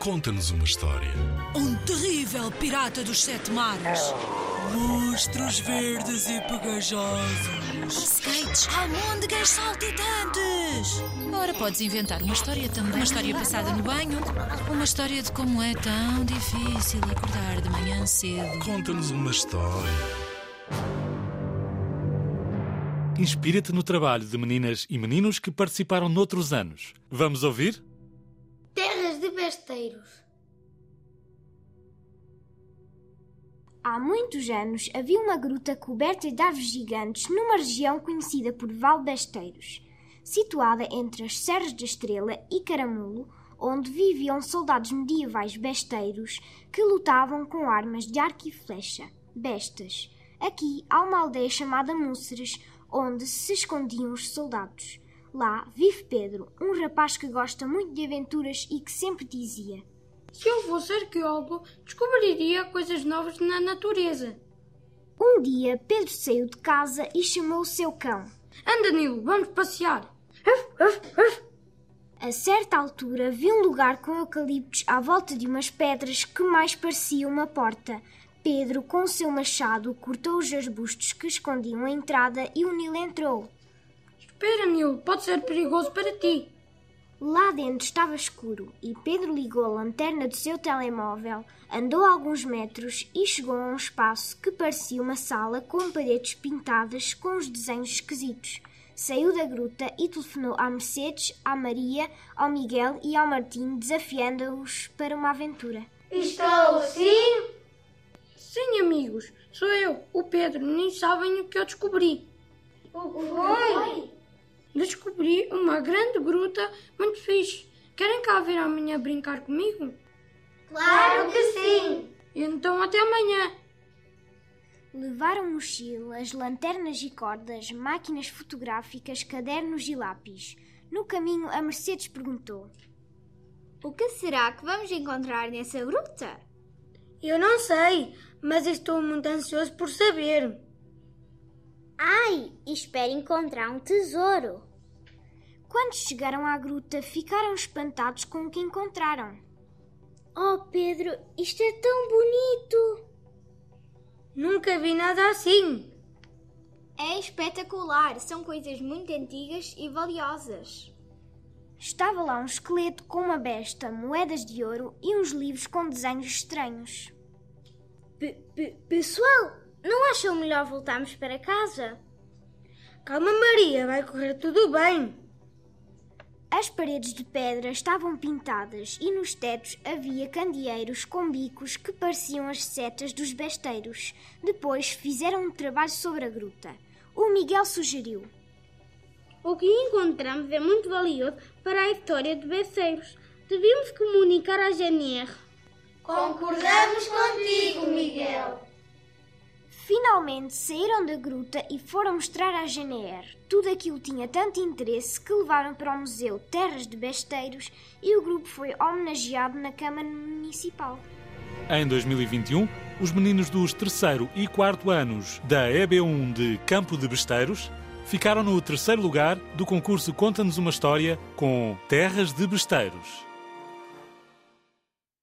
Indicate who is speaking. Speaker 1: Conta-nos uma história.
Speaker 2: Um terrível pirata dos sete mares. Monstros verdes e pegajosos.
Speaker 3: Skates, almôndegas saltitantes.
Speaker 4: Ora, podes inventar uma história também.
Speaker 2: Uma história passada no banho.
Speaker 4: Uma história de como é tão difícil acordar de manhã cedo.
Speaker 1: Conta-nos uma história.
Speaker 5: Inspira-te no trabalho de meninas e meninos que participaram noutros anos. Vamos ouvir?
Speaker 6: Terras de besteiros. Há muitos anos havia uma gruta coberta de árvores gigantes numa região conhecida por Val Besteiros, situada entre as Serras da Estrela e Caramulo, onde viviam soldados medievais besteiros que lutavam com armas de arco e flecha, bestas. Aqui há uma aldeia chamada Múceres, onde se escondiam os soldados. Lá vive Pedro, um rapaz que gosta muito de aventuras e que sempre dizia:
Speaker 7: Se eu fosse arqueólogo, descobriria coisas novas na natureza.
Speaker 6: Um dia Pedro saiu de casa e chamou o seu cão.
Speaker 7: Anda, Nilo, vamos passear.
Speaker 6: A certa altura viu um lugar com eucaliptos à volta de umas pedras que mais parecia uma porta. Pedro, com o seu machado, cortou os arbustos que escondiam a entrada e o Nilo entrou.
Speaker 7: Espera, Nilo, pode ser perigoso para ti.
Speaker 6: Lá dentro estava escuro e Pedro ligou a lanterna do seu telemóvel, andou alguns metros e chegou a um espaço que parecia uma sala com paredes pintadas com uns desenhos esquisitos. Saiu da gruta e telefonou à Mercedes, à Maria, ao Miguel e ao Martim, desafiando-os para uma aventura.
Speaker 7: Estou sim? Sim, amigos, sou eu, o Pedro, nem sabem o que eu descobri.
Speaker 6: O que foi?
Speaker 7: Descobri uma grande gruta muito fixe. Querem cá vir amanhã brincar comigo?
Speaker 6: Claro que sim!
Speaker 7: Então até amanhã.
Speaker 6: Levaram mochilas, lanternas e cordas, máquinas fotográficas, cadernos e lápis. No caminho, a Mercedes perguntou:
Speaker 3: O que será que vamos encontrar nessa gruta?
Speaker 7: Eu não sei, mas estou muito ansioso por saber.
Speaker 6: Ai, espero encontrar um tesouro! Quando chegaram à gruta, ficaram espantados com o que encontraram. Oh, Pedro, isto é tão bonito!
Speaker 7: Nunca vi nada assim.
Speaker 3: É espetacular, são coisas muito antigas e valiosas.
Speaker 6: Estava lá um esqueleto com uma besta, moedas de ouro e uns livros com desenhos estranhos.
Speaker 3: Pessoal, não acham melhor voltarmos para casa?
Speaker 7: Calma, Maria, vai correr tudo bem.
Speaker 6: As paredes de pedra estavam pintadas e nos tetos havia candeeiros com bicos que pareciam as setas dos besteiros. Depois fizeram um trabalho sobre a gruta. O Miguel sugeriu.
Speaker 7: O que encontramos é muito valioso para a história de Beceiros. Devíamos comunicar à GNR.
Speaker 6: Concordamos contigo, Miguel. Finalmente saíram da gruta e foram mostrar à GNR. Tudo aquilo tinha tanto interesse que levaram para o Museu Terras de Besteiros e o grupo foi homenageado na Câmara Municipal.
Speaker 5: Em 2021, os meninos dos 3 e 4 anos da EB1 de Campo de Besteiros ficaram no terceiro lugar do concurso Conta-nos uma História com Terras de Besteiros.